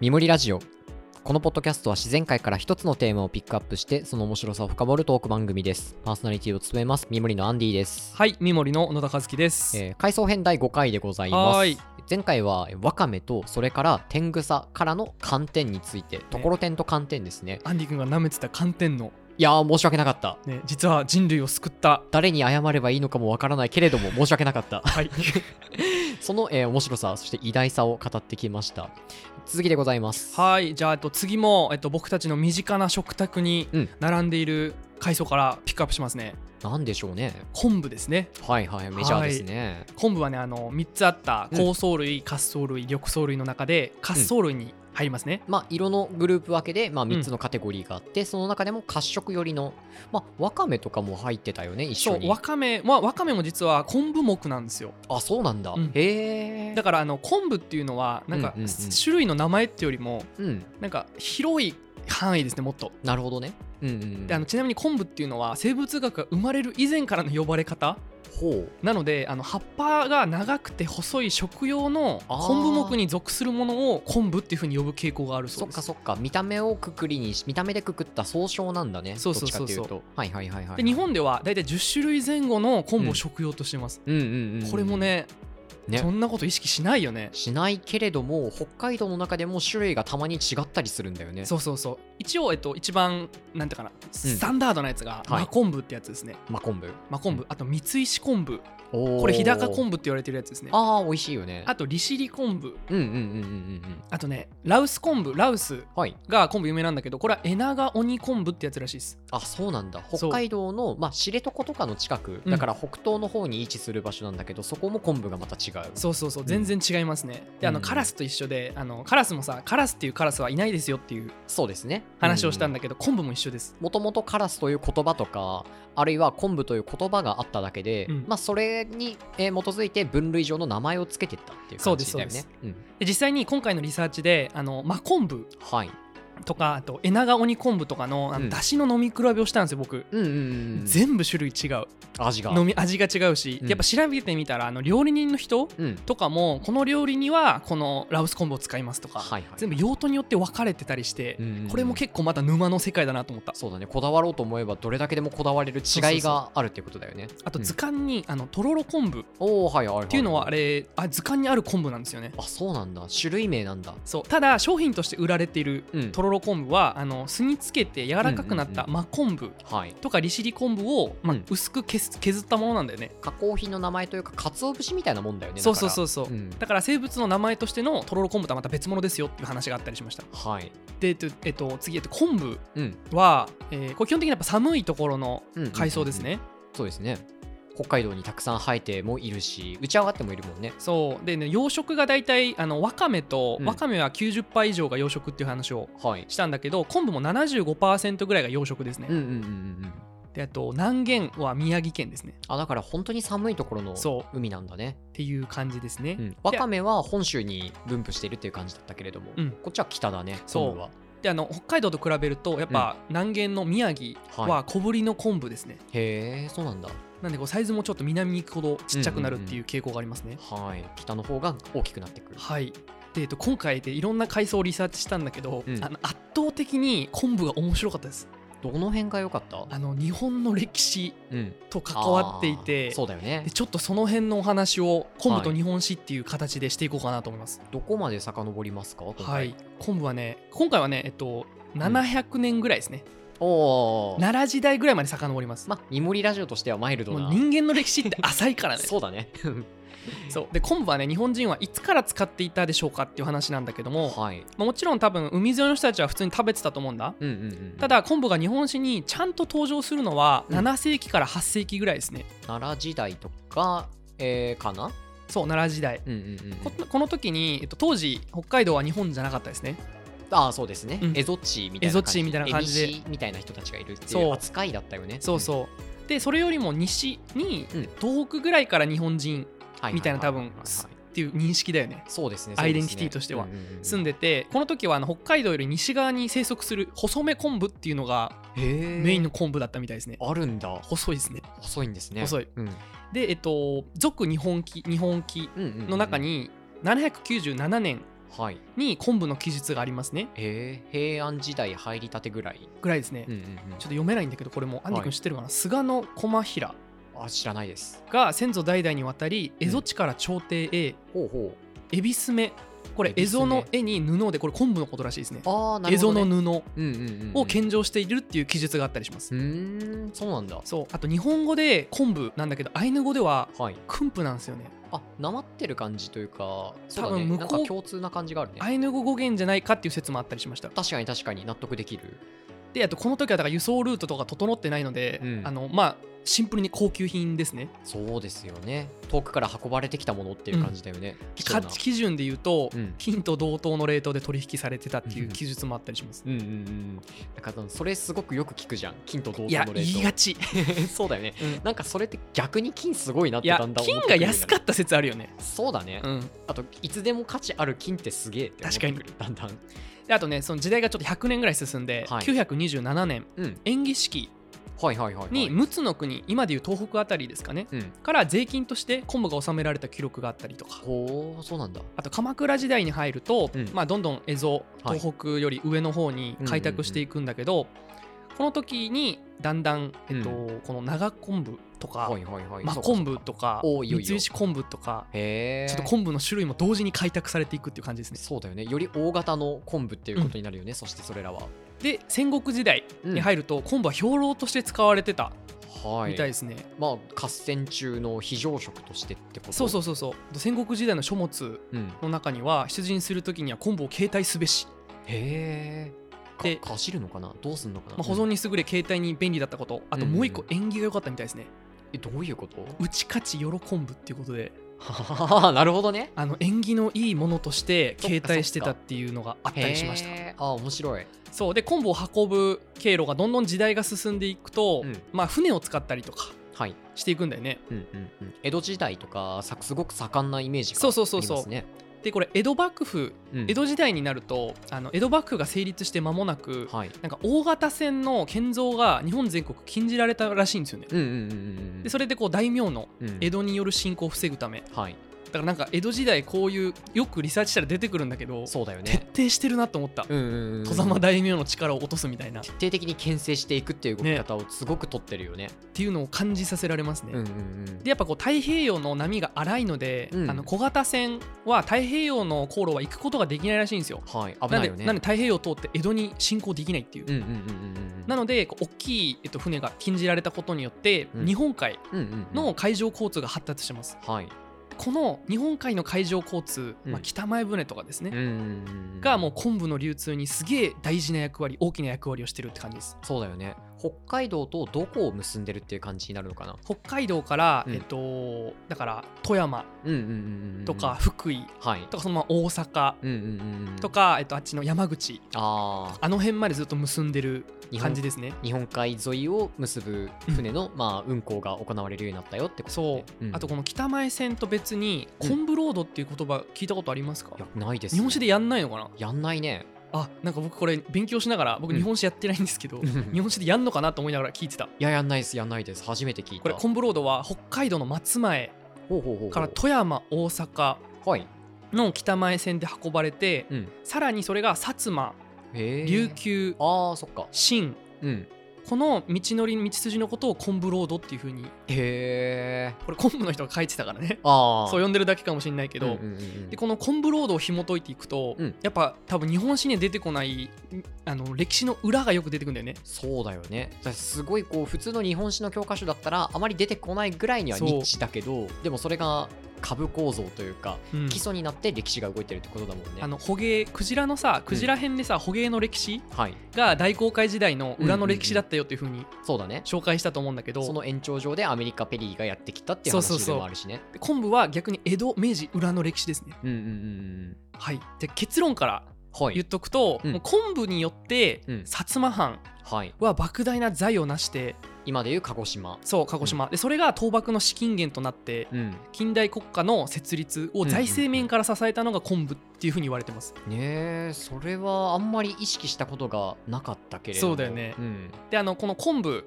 みもりラジオこのポッドキャストは自然界から一つのテーマをピックアップしてその面白さを深掘るトーク番組ですパーソナリティを務めますみもりのアンディです、はい、三森の野田和樹です。えー回想編第5回でございますはーい前回はわかめとそれから天草からの寒天についてところてんと寒天ですねアンディ君が舐めてた寒天の、いやー申し訳なかったね、実は人類を救った。誰に謝ればいいのかもわからないけれ ども申し訳なかった はい、その、えー面白さそして偉大さを語ってきました続きでございますはい、じゃあ、えっと、次も、えっと、僕たちの身近な食卓にうん並んでいる海藻からピックアップしますね。なんでしょうね昆布ですね。はいはいメジャーですね、昆布はね、あの、三つあったうん香藻類、褐藻類、緑藻類の中で、褐藻類に入りますね。まあ、色のグループ分けで、まあ、3つのカテゴリーがあって、その中でも褐色寄りの、まあ、わかめとかも入ってたよね一緒そう、にわかめ、まあ、わかめも実は昆布目なんですよ。あそうなんだ、うんへえだから、あの、昆布っていうのは、なんか、うんうんうん種類の名前ってよりも、うんなんか、広い範囲ですね、もっと。なるほどねうんうんうんであのちなみに昆布っていうのは生物学が生まれる以前からの呼ばれ方ほうなのであの葉っぱが長くて細い食用のあー昆布目に属するものを昆布っていうふうに呼ぶ傾向があるそそうっでかす。そっか見た目をくくりにし見た目でくくった総称なんだねそうそうそうそうどっちかっていうとはいはいはいはいで日本では大体10種類前後の昆布を食用としてます。うんうんうんこれもねねそんなこと意識しないよね。しないけれども北海道の中でも種類がたまに違ったりするんだよねそうそうそう一応、えっと、一番なんていうかなスタンダードなやつが、はい真昆布ってやつですねまあ昆布真昆う布、んあと三石昆布おーこれ日高昆布って言われてるやつですねあああ美味しいよねと利尻昆布うんうんうんうんうんうんあとねラウス昆布ラウスはいが昆布有名なんだけどこれはエナガ鬼昆布ってやつらしいですあそうなんだそ北う海道の、まあ、知床とかの近くうんだから北東の方に位置する場所なんだけど、そこも昆布がまた違うそうそうそううん全然違いますね、であのうんカラスと一緒であのカラスもさカラスっていうカラスはいないですよっていうそうですね話をしたんだだけど、昆布も一緒ですもともとカラスという言葉とかあるいは昆布という言葉があっただけで、うんまあ、それにえー基づいて分類上の名前をつけてったっていう感じだよねそうですうんで実際に今回のリサーチであの真昆布はいとかあとエナガ鬼昆布とかのあうんの出汁の飲み比べをしたんですよ僕、うんうんうんうん全部種類違う味が飲み味が違うし、うんやっぱ調べてみたらあの料理人の人うんとかもこの料理にはこのラウス昆布を使いますとか、はいはい全部用途によって分かれてたりして、うんうんうんこれも結構また沼の世界だなと思ったそうだねこだわろうと思えばどれだけでもこだわれる違いがあるっていうことだよねあとうん図鑑に、あのとろろ昆布っおおはいはいはいっていうのはあれあ図鑑にある昆布なんですよねあそうなんだ種類名なんだそうただ商品として売られているうんとろろ昆布はあの酢につけて柔らかくなっうたんう真昆布はいとか利尻昆布を、まあうん薄く削削ったものなんだよね加工品の名前というか鰹節みたいなもんだよねそうそうそううそう、んだから生物の名前としてのとろろ昆布とはまた別物ですよっていう話があったりしましたはいで、えっとえっと、次、えっと、昆布うんは、えーこれ基本的にやっぱ寒いところのうん海藻ですね、そうですね北海道にたくさん生えてもいるし打ち上がってもいるもんねそうでね養殖が大体あのわかめと、うんわかめは90杯以上が養殖っていう話をはいしたんだけど昆布も75%ぐらいが養殖ですね、うんうんうんうんうんであと南限は宮城県ですねあだから本当に寒いところのそ海なんだねっていう感じですね、うんわかめは本州に分布しているっていう感じだったけれども、うんこっちは北だねそう昆であの北海道と比べるとやっぱ、南限の宮城布ははは小ぶりの昆布ですね、いへえそうなんだなんでこうサイズもちょっと南に行くほどちっちゃくなるっていう傾向がありますね、はい北の方が大きくなってくるはいで、えっと、今回でいろんな海藻をリサーチしたんだけど、うんあの圧倒的に昆布が面白かったですどの辺が良かったあの日本の歴史うんと関わっていあてーそうだよねでちょっとその辺のお話を昆布とはい日本史っていう形でしていこうかなと思います。どこまで遡りますか今回はい、昆布はね今回はねえっと700年ぐらいですね、おお奈良時代ぐらいまで遡ります。まあ、イモリラジオとしてはマイルドもなう。人間の歴史って浅いから ねそうだね。そうで昆布はね日本人はいつから使っていたでしょうかっていう話なんだけど も、はい。まあもちろん多分海沿いの人たちは普通に食べてたと思うんだうんうんうん。た、だ昆布が日本史にちゃんと登場するのはうん7世紀から8世紀ぐらいですね、奈良時代とか、えー、かなそう奈良時代うんうんうんうん。ここの時に、えっと、当時北海道は日本じゃなかったですねああ、そうですね。うんエゾッチーみたいな感じ。エゾッチーみたいな感じでエビシみたいな人たちがいるっていそうう扱いだったよね。そうそうでそれよりも西にうん東北ぐらいから日本人ははははみたいな多分はははっていう認識だよねそうですね。アイデンティティとしては住んででてこの時はあの北海道より西側に生息する細め昆布っていうのがメメインの昆布だったみたいですねあるんだ。細いですね細いんですね。細いうん。でえっと「俗日本記」日本記うんうんうんの中、に797年はい。に昆布の記述がありますねえー、平安時代入りたてぐらい。ぐらいですね、うんうんちょっと読めないんだけどこれもアンディは君い知ってるかな、菅野駒平うん。あ、知らないです。が先祖代々にわたり蝦夷地から朝廷へほうほ恵比寿目これ恵比寿蝦夷目の絵に布でこれ昆布のことらしいですねう。ああ、な蝦る夷ほど、ね。のの、うんうんうんうん、布を献上しているっていう記述があったりします、うーん、そうなんだ。そうあと日本語で昆布なんだけどアイヌ語でははい。訓布なんですよねあ、なまってる感じというか、そうだ多ね。分向なこんうか共通な感じがあるね。アイヌ語語源じゃないかっていう説もあったりしました確かに確かに納得できる。であとこの時はだから輸送ルートとか整ってないので、うんあのまあシンプルに高級品ですねそうですよね。遠くから運ばれてきたものっていう感じだよね。貴重価な値基準で言うと、うん金と同等のレートで取引されてたっていう記述もあったりします、うんうんうん。なんかそのそれすごくよく聞くじゃん。金と同等いやのレ言いーがト。ち そうだよね。 うんなんかそれって逆に金すごいなっいてやだんだん思金ってくがるようになる安かった説あるよね、そうだね、うん、あといつでも価値ある金ってすげえって思ってくるだんだんであとねその時代がちょっと100年ぐらい進んで、はい927年うん延喜式はいはいはい、はい、に陸奥の国今でいう東北あたりですかねうんから税金として昆布が納められた記録があったりとかほうそうなんだあと鎌倉時代に入ると、うんまあ、どんどん蝦夷はい東北より上の方に開拓していくんだけど、この時にだんだん、えっとうこの長昆布とか、はいはいはい真そうか昆布とかおいよ三いよ石昆布とかへえちょっと昆布の種類も同時に開拓されていくっていう感じですね。そうだよねより大型の昆布っていうことになるよね、そしてそれらはで戦国時代には入ると昆布は兵糧として使われてたはいみたいですね。まあ合戦中の非常食としてってこと、そうそううそうそう戦国時代の書物うん、の中には出陣する時には昆布を携帯すべし、へえでか走るのかなどうすんのかな、まあ、保存に優れ携帯に便利だったことあともう一個縁起が良かったみたいですね。えどういうこと 打ち勝ち喜ぶっていうことではあなるほどねあの縁起のいいものとしてそっか携帯してたっていうのがあったりしましたへーあ面白いそうで昆布を運ぶ経路がどんどん時代が進んでいくと、うんまあ船を使ったりとかはいしていくんだよねうんうんうん、江戸時代とかさすごく盛んなイメージがそうそうそうそうありますねでこれ江戸幕府うん江戸時代になるとあの江戸幕府が成立して間もなくはいなんか大型船の建造が日本全国禁じられたらしいんですよねうんうんうんうんでそれでこう大名のうん江戸による侵攻を防ぐためだはいからなんか江戸時代こういうよくリサーチしたら出てくるんだけどそうだよね徹底してるなと思ったうんうんうん戸様大名の力を落とすみたいなっ徹底的に牽制していくっていう動き方をすごく取ってるよねていうのを感じさせられますね。うんうんうんでやっぱこう太平洋の波が荒いので、うんあの小型船は太平洋の航路は行くことができないらしいんですよ。はい危なんないでよねなんで太平洋を通って江戸に進行できないっていう。うんうんうんうんうんなのでこう大きい、えっと、船が禁じられたことによって、うん日本海うんうんうんの海上交通が発達してます。はいこの日本海の海上交通、うんまあ、北前船とかですね、うんうんうんがもう昆布の流通にすげえ大事な役割大きな役割をしてるって感じです。そうだよね北海道とどこを結んでるっていう感じになるのかな北海道から、うんえっと、だから富山うんうんうんうんとか福井はいとかそのまま大阪うんうんうんうんとか、えっと、あっちの山口あああの辺までずっと結んでる感じですね。日本海沿いを結ぶ船の、まあ、運航が行われるようになったよってことね、そう、んあとこの北前線と別にうん昆布ロードっていう言葉聞いたことありますか、いやないです日本史でやんないのかなやんないねあなんか僕これ勉強しながら僕うん日本史やってないんですけど、うん日本史でやんのかなと思いながら聞いてた いややんないですやんないです初めて聞いたこれ昆布ロードは北海道の松前ほうほうほうから富山大阪はい、の北前線で運ばれてうん、さらにそれが薩摩へえ琉球あーそっか新うんこの道のり道筋のことを昆布ロードっていう風にへえこれ昆布の人が書いてたからねああそうう呼んでるだけかもしれないけけうんど、うんうんでこの昆布ロードを紐解いていくと、うんやっぱ多分日本史には出てこないあの歴史の裏がよく出てくるんだよねそうだよねだからすごいこう普通の日本史の教科書だったらあまり出てこないぐらいにはそうニッチだけどでもそれが株構造というか、うん基礎になって歴史が動いてるってことだもんねあの捕鯨クジラのさクジラ編でさ捕鯨の歴史はいが大航海時代の裏の歴史だったよっていう風にそうだね紹介したと思うんだけど、その延長上でアメリカペリーがやってきたっていうそ話うそうでそうもあるしねで昆布は逆に江戸明治裏の歴史ですねうんうんうんはいで結論からうんは言いっとくと、うんもう昆布によって、うん薩摩藩はいは莫大な財を成して今でいう鹿児島そう鹿児島、でそれが倒幕の資金源となってうん近代国家の設立を財政面から支えたのが昆布っていうふうに言われてます、ねえそれはあんまり意識したことがなかったけれどもそうだよねうんであのこの昆布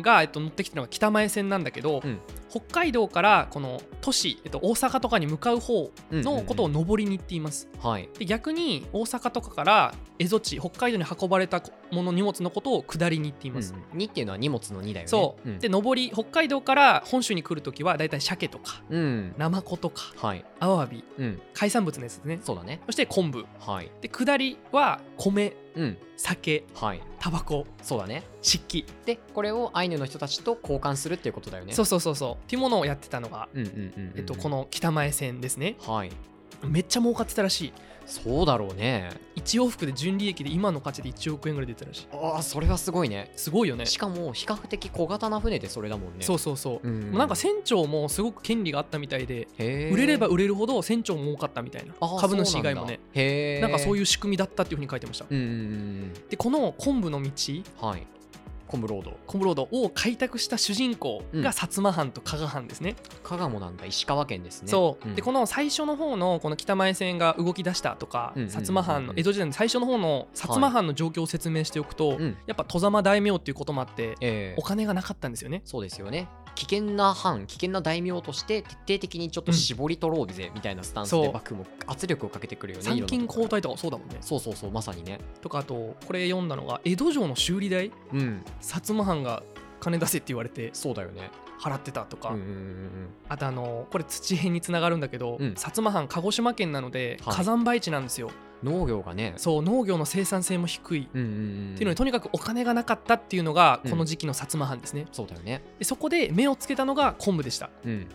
が、えっと、乗ってきたのが北前線なんだけど、うん北海道からこの都市、えっと、大阪とかに向かう方のことを上りにって言います。はい。で逆に大阪とかから蝦夷地北海道に運ばれたもの荷物のことを下りにって言います。うん、2っていうのは荷物の2だよね。そう、んで上り北海道から本州に来るときはだいたい鮭とかうん。ナマコとかはい。アワビうん。海産物のやつですねそうだね。そして昆布はい。で下りは米うん。酒はい。タバコそうだね。漆器、で、これをアイヌの人たちと交換するっていうことだよね。。そううそうそうそうっていうものをやってたのが、うんうんうんうん、えっと、こ。の北前線ですねはい。めっちゃ儲かってたらしそうだろうね。い1往復で純利益で今の価値で1億円ぐらい出てたらしいああ、それはすごいね。すごいよねしかも、比較的小型な船でそれだもんね。そうそうそう。う、ん、もうなんか船長もすごく権利があったみたいでへー売れれば売れるほど船長も儲かったみたいなあー株主以外もそうなね。んだへえ。なんかそいうう。いう仕組みだったっていうふうに書いてました。うんうんうんでこの昆布の道うん。はい。コムロード。昆布ロードを開拓した主人公うんが薩摩藩と加賀藩ですね。香川もなんだ、石川県ですね。そう、でこの。の最初の方のこの北前線が動き出したとか、うんうんうんうん薩摩藩の江戸時代の最初の方の薩摩藩の状況を説明しておくうと、ん。やっぱ外様大名っていうこともあってええお金がなかったんですよね。そうですよね危険な藩危険な大名として徹底的にちょっと絞り取ろうぜみたいなスタンスそでう幕府も圧力をかけてくるよね参勤いろんなところ交代とかそうだもんね。そうそうそうまさにねとかあとこれ読んだのが江戸城の修理代うん薩摩藩が金出せって言われてそうだよね払ってたとか、うんうんうんあとあのこれ土編につながるんだけど、うん薩摩藩鹿児島県なのではい火山灰地なんですよ、うん農業がねそう農業の生産性も低い、っうんうんうんていうのにとにかくお金がなかったっていうのがうんこの時期の薩摩藩ですね、そうだよねでそこで目をつけたのが昆布でしたうん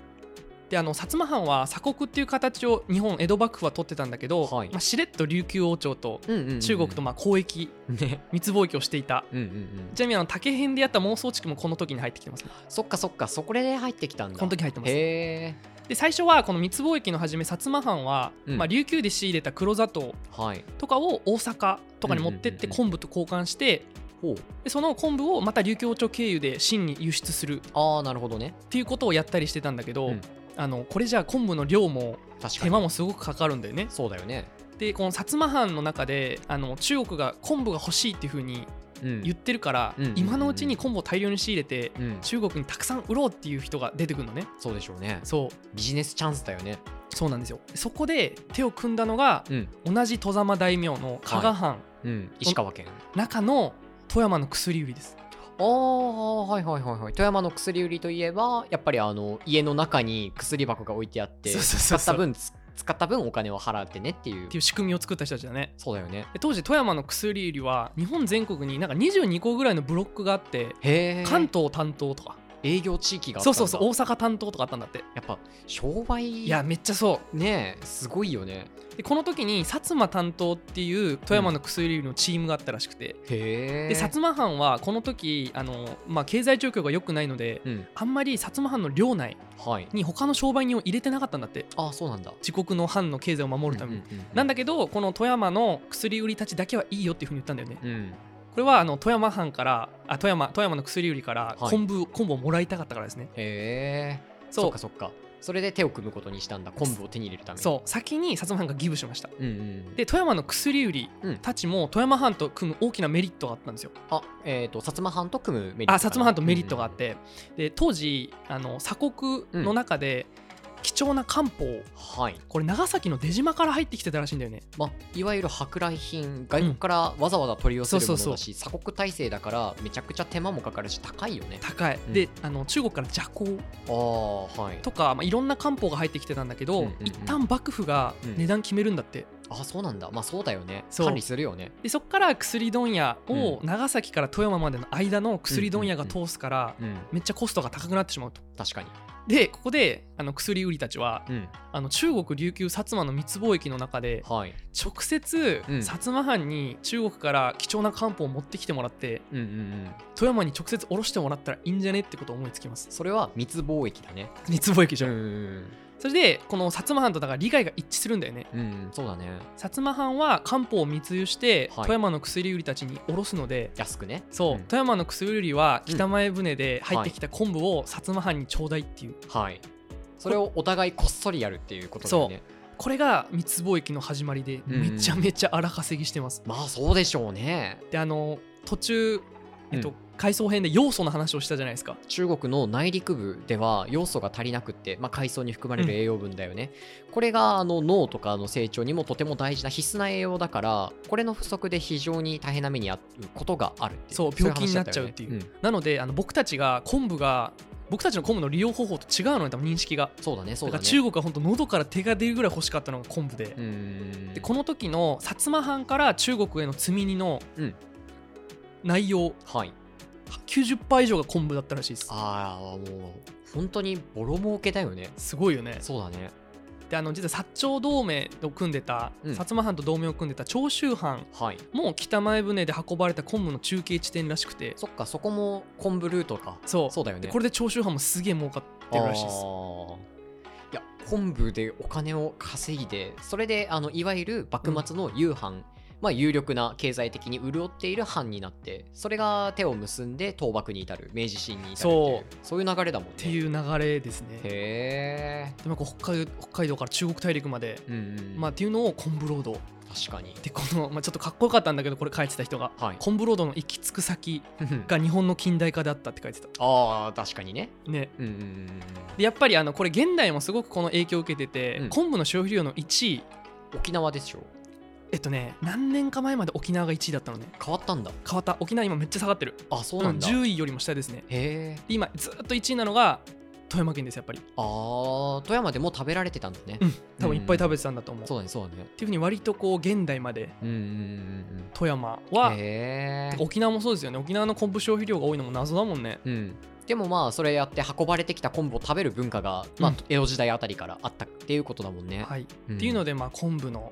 であの薩摩藩は鎖国っていう形を日本江戸幕府は取ってたんだけど、はいまあ、しれっと琉球王朝とうんうんうんうん中国とまあ交易、ね密貿易をしていたうんうんうんちなみにあの竹編でやった妄想地区もこの時に入ってきてますねそっかそっかそこで入ってきたんだこの時入ってますへえで最初はこの密貿易の始め薩摩藩は、うんまあ、琉球で仕入れた黒砂糖はいとかを大阪とかに持ってうってんうんうんうん昆布と交換してほうでその昆布をまた琉球王朝経由で清に輸出するっああなるほどねていうことをやったりしてたんだけど、うんあのこれじゃあ昆布の量も確か手に間もすごくかかるんだよね。そうだよねでこの薩摩藩の中であの中国が昆布が欲しいっていうふうにうん言ってるから、うんうんうん今のうちに昆布を大量に仕入れてうん中国にたくさん売ろうっていう人が出てくるのね。そうでしょうねそうビジネスチャンスだよねそうなんですよそこで手を組んだのがうん同じ外様大名の加賀藩うん石川県中の富山の薬売りです。ああはいはいはいはい富山の薬売りといえばやっぱりあの家の中に薬箱が置いてあってそうそう使そうそうった分つ使った分お金を払ってねっていうっていう仕組みを作った人たちだねそうだよねで当時富山の薬売りは日本全国になんか22個ぐらいのブロックがあってへえ関東担当とか営業地域があったそんうだそうそう大阪担当とかあったんだってやっぱ商売いやめっちゃそねえすごいよねうでこの時に薩摩担当っていう富山の薬売りのチームがあったらしくて、へえで薩摩藩はこの時あの、まあ、経済状況が良くないのでうんあんまり薩摩藩の領内はいに他の商売人を入れてなかったんだってああそうなんだ自国の藩の経済を守るために、なんだけどこの富山の薬売りたちだけはいいよっていうふうに言ったんだよねうんこれはあの富山藩からあ富山富山の薬売りからはい昆布、昆布をもらいたかったからですねへえそそうっかそっかそれで手を組むことにしたんだ昆布を手に入れるためにそう先に薩摩藩がギブしましたうんうんで富山の薬売りうんたちも富山藩と組む大きなメリットがあったんですよあえっと薩摩藩と組むメリットあかな薩摩藩とメリットがあってで当時あの鎖国の中で貴重な漢方はいこれ長崎の出島から入ってきてたらしいんだよねまあ、いわゆる舶来品外国からわざわざ取り寄せるそもうそうのだし、鎖国体制だからめちゃくちゃ手間もかかるし高いよね高い、うんであの中国から麝香ああはいとか、まあ、いろんな漢方が入ってきてたんだけど、うんうんうん一旦幕府が値段決めるんだって、あそうなんだまあそうだよねそう管理するよねでそこから薬問屋をう長崎から富山までの間の薬問屋が通すからうんめっちゃコストが高くなってしまうと。確かにでここであの薬売りたちはうんあの中国琉球薩摩の密貿易の中ではい直接うん薩摩藩に中国から貴重な漢方を持ってきてもらってうんうんうん富山に直接卸してもらったらいいんじゃねってことを思いつきます。それは密貿易だね密貿易じうゃんん。うんそれでこの薩摩藩とだから利害が一致するんだよね。うんうんそうだね薩摩藩は漢方を密輸してはい富山の薬売りたちに卸すので、安くねそう、ん富山の薬売りは北前船で入ってきた昆布を薩摩藩にちょうだいっていう、はいそれをお互いこっそりやるっていうことだよねこれが密貿易の始まりでうんめちゃめちゃ荒稼ぎしてます、まあそうでしょうねであの途中えっとうん回想編で要素の話をしたじゃないですか中国の内陸部では要素が足りなくって、まあ、海藻に含まれる栄養分だよね、これがあの脳とかの成長にもとても大事な必須な栄養だからこれの不足で非常に大変な目に遭うことがあるっていそうい病気に話だなったちゃようっねていうんなのであの僕たちが昆布が僕たちの昆布の利用方法と違うのよ多分認識がそうだねそだうかだらね中国は本当喉から手が出るぐらい欲しかったのが昆布でうーんでこの時の薩摩藩から中国への積み荷のうん内容はい90%以上が昆布だったらしいですああもう本当にボロ儲けだよねすごいよねそうだねであの実は薩長同盟を組んでた、うん薩摩藩と同盟を組んでた長州藩はいも北前船で運ばれた昆布の中継地点らしくてそっかそこも昆布ルートかそうそうだよねでこれで長州藩もすげえ儲かってるらしいですあーいや昆布でお金を稼いでそれであのいわゆる幕末の夕飯、まあ、有力な経済的に潤っている藩になってそれが手を結んで倒幕に至る明治維新に至るっていうそういう流れだもんね。っていう流れですねへえ、でもこう北海北海道から中国大陸まで、うんうんまあ、っていうのを昆布ロード確かに。でこの、ま あ、ちょっとかっこよかったんだけどこれ書いてた人がはい、昆布ロードの行き着く先が日本の近代化だったって書いてた ああ確かにね。ねうんうんうんうんでやっぱりあのこれ現代もすごくこの影響を受けてて、うん昆布の消費量の1位沖縄でしょえっとね何年か前まで沖縄が1位だったのね変わったんだ。変わった沖縄今めっちゃ下がってるあそうなんだ。うんへ10位よりも下ですねえで今ずっと1位なのが富山県ですやっぱりああ富山でも食べられてたんですね。うん多分いっぱい食べてたんだと思う、そっうだねそうだね。ていうふうに割とこう現代までうんうんうんうん。富山は、へてーか沖縄もそうですよね沖縄の昆布消費量が多いのも謎だもんねうん、でもまあそれやって運ばれてきた昆布を食べる文化が、まあうん、江戸時代あたりからあったっていうことだもんね。はい、んっていうのでまあ昆布の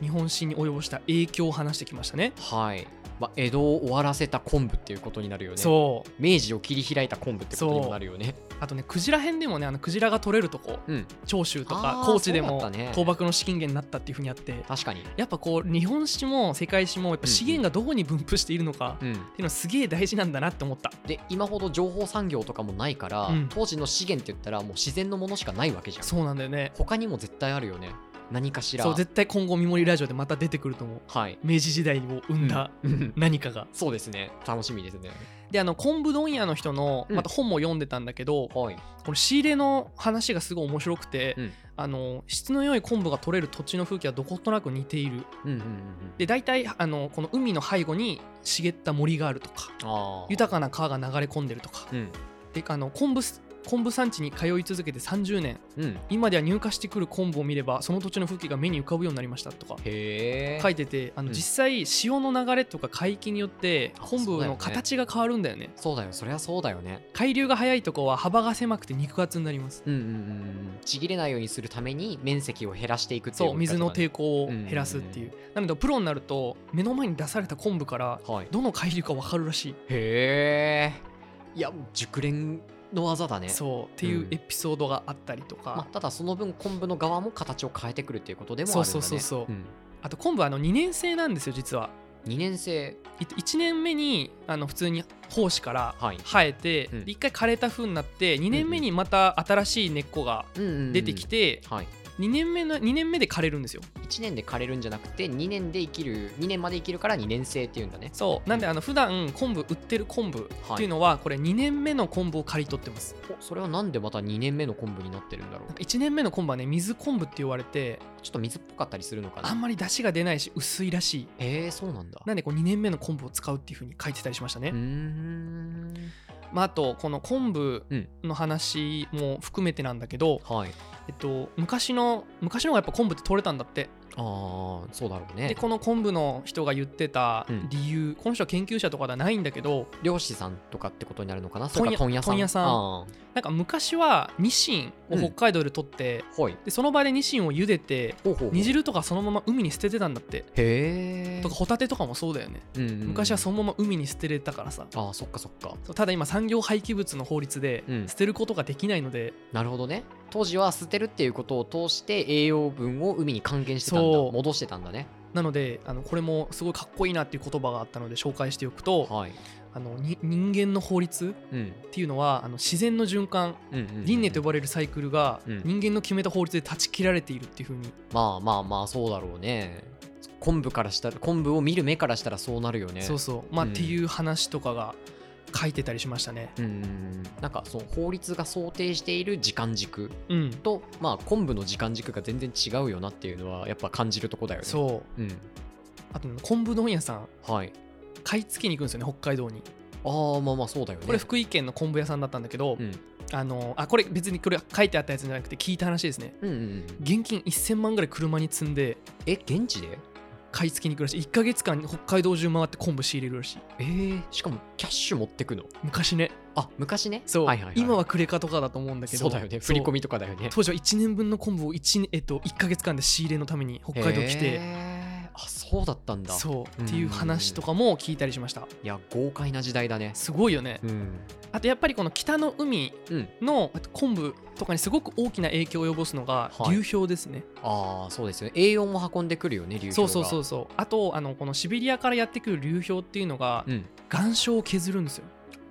日本史に及ぼした影響を話してきましたねはいまあ、江戸を終わらせた昆布っていうことになるよね。そう明治を切り開いた昆布ってことにもなるよね。あとねクジラ編でもねあのクジラが取れるとこうん、長州とかあー高知でそうもだったね倒幕の資金源になったっていうふうにあって確かに。やっぱこう日本史も世界史もやっぱ資源がどこに分布しているのかってういん、うのはすげえ大事なんだなって思ったで今ほど情報産業とかもないから、うん当時の資源って言ったらもう自然のものしかないわけじゃん。そうなんだよね他にも絶対あるよね。何かしら。そう絶対今後「みもりラジオ」でまた出てくると思うはい、明治時代を生んだうん何かが、そうですね。楽しみですね。であの昆布問屋の人のうんまた本も読んでたんだけど、こはい。の仕入れの話がすごい面白くて、うんあの質の良い昆布が取れる土地の風景はどことなく似ているうんうんうんうん。で大体あのこの海の背後に茂った森があるとかああ。豊かな川が流れ込んでるとかうん。であの昆布す昆布産地に通い続けて30年うん。今では入荷してくる昆布を見ればその土地の風景が目に浮かぶようになりましたとかへえ。書いててあのうん実際潮の流れとか海域によってあ昆そう布だよのね形が変わるんだよねそうだよ、そりゃそうだよね。海流が速いとこは幅が狭くて肉厚になりますうんうんうん。ちぎれないようにするために面積を減らしていくっていう、そう水の抵抵抗を減らすっていうなのでプロになると目の前に出された昆布から抗。はい。どの海流か分かるらしいへえ。いや、熟練の技だね。そうっていううんエピソードがあったりとまかあ、ただその分昆布の側も形を変えてくるっていうことでもあるんだね。そうそうそうそうんあと昆布はあの2年生なんですよ実は二年生1年目にあの普通に胞子からはい。生えてうん1回枯れた風になって2年目にまた新しい根っこがうんうんうん出てき。てはい。 2年目の2年目で枯れるんですよ一年で枯れるんじゃなくて二年で生きる二年まで生きるから二年生っていうんだね。そうなんであの普段昆布売ってる昆布っていうのはこれ2年目の昆布を刈り取ってますおそれはなんでまた二年目の昆布になってるんだろうなん。か1年目の昆布はね水昆布って言われてちょっと水っぽかったりするのかあな。んまり出汁が出ないし薄いらしいへえ、そうなんだ。なんでこう2年目の昆布を使うっていう風に書いてたりしましたね、うーん。まあ、あとこの昆布の話も含めてなんだけど、はい。えっと、昔の昔の方がやっぱ昆布って取れたんだってああそうだろうでねこの昆布の人が言ってた理由、この人は研究者とかではないんだけど漁師さんとかってことになるのかなそ問屋れか問問屋屋ささんんあなんか昔はニシンを北海道で取って、ーはいでその場でニシンを茹でてほうほうほう煮汁とかそのまま海に捨ててたんだってへえとか、ホタテとかもそうだよねうんうんうん昔はそのまま海に捨てれたからさあーそっかそっかそうただ今産業廃棄物の法律でうん捨てることができないので、なるほどね当時は捨てるっていうことを通して栄養分を海に還元してたんだそう戻してたんだねなのであのこれもすごいかっこいいなっていう言葉があったので紹介しておくとはい、あのに人間の法律うん、っていうのはあの自然の循環うんうんうん輪廻と呼ばれるサイクルがうん人間の決めた法律で断ち切られているっていうふうにまあまあまあそうだろうねそっ昆布からしたら昆布を見る目からしたらそうなるよねそうそうまあ、うんっていう話とかが書いてたりしましたねうんうんうんなんかその法律が想定している時間軸うんと、まあ、昆布の時間軸が全然違うよなっていうのはやっぱ感じるとこだよねう、そん、うあとね昆布問屋さんはい買い付けに行くんですよね北海道にああまあまあそうだよねこれ福井県の昆布屋さんだったんだけど、うんあのあこれ別にこれ書いてあったやつじゃなくて聞いた話ですねうんうんうん、現金1000万ぐらい車に積んでえ現地で買い付けに行くらしい1ヶ月間北海道中回って昆布仕入れるらしいえー、しかもキャッシュ持ってくの昔ねあ昔ねそう、はいはいはい、今はクレカとかだと思うんだけどそうだよね振り込みとかだよね当時は1年分の昆布を 1,、えっと、1ヶ月間で仕入れのために北海道来てへーあそうだったんだそううんっていう話とかも聞いたりしましたいや豪快な時代だねすごいよねうんあとやっぱりこの北の海うんのあと昆布とかにすごく大きな影響を及ぼすのがはい流氷ですね、ああそうですよね栄養も運んでくるよね流氷がそうそうそううそうあとあのこのシベリアからやってくる流氷っていうのがん岩礁を削るんですよ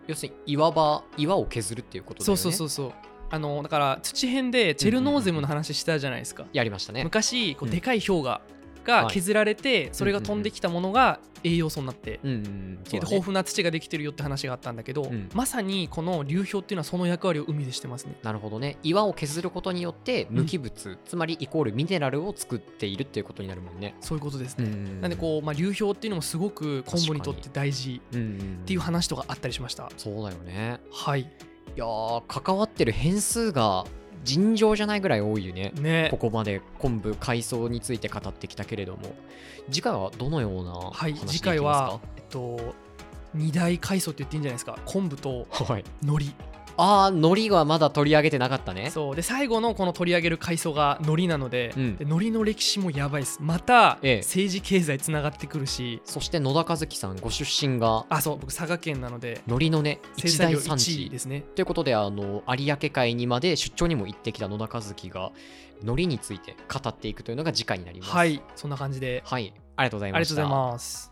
要するに岩場岩を削るっていうことだそようねそうそうそうあのだから土辺でチェルノーゼムの話したじゃないですか、やりましたね昔こううんでかい氷河はがい削られて、それが飛んできたものが栄養素になって、うんうんうんでそうだ豊ね富な土ができてるよって話があったんだけど、うんまさにこの流氷っていうのはその役割を海でしてますねなるほどね岩を削ることによって無機物、つまりイコールミネラルを作っているっていうことになるもんねそういうことですうね、んなんでこう、まあ、流氷っていうのもすごく昆布にとって大事う、うんんんっていう話とかあったりしましたそうだよねはいいやー関わってる変数が尋常じゃないぐらい多いよねねここまで昆布海藻について語ってきたけれども次回はどのような話はでいいきます次か、回はえっと二大海藻って言っていいんじゃないですか昆布と はい海苔ああ海苔はまだ取り上げてなかったねそうで最後のこの取り上げる階層がノリなので,、うんでノリの歴史もやばいですまたええ政治経済つながってくるし、そして野田和樹さんご出身があそう僕佐賀県なので海苔のね一生産大量産1地位ですねということであの有明海にまで出張にも行ってきた野田和樹が海苔について語っていくというのが次回になりますはいそんな感じではい、ありがとうございありまがとしうござたいます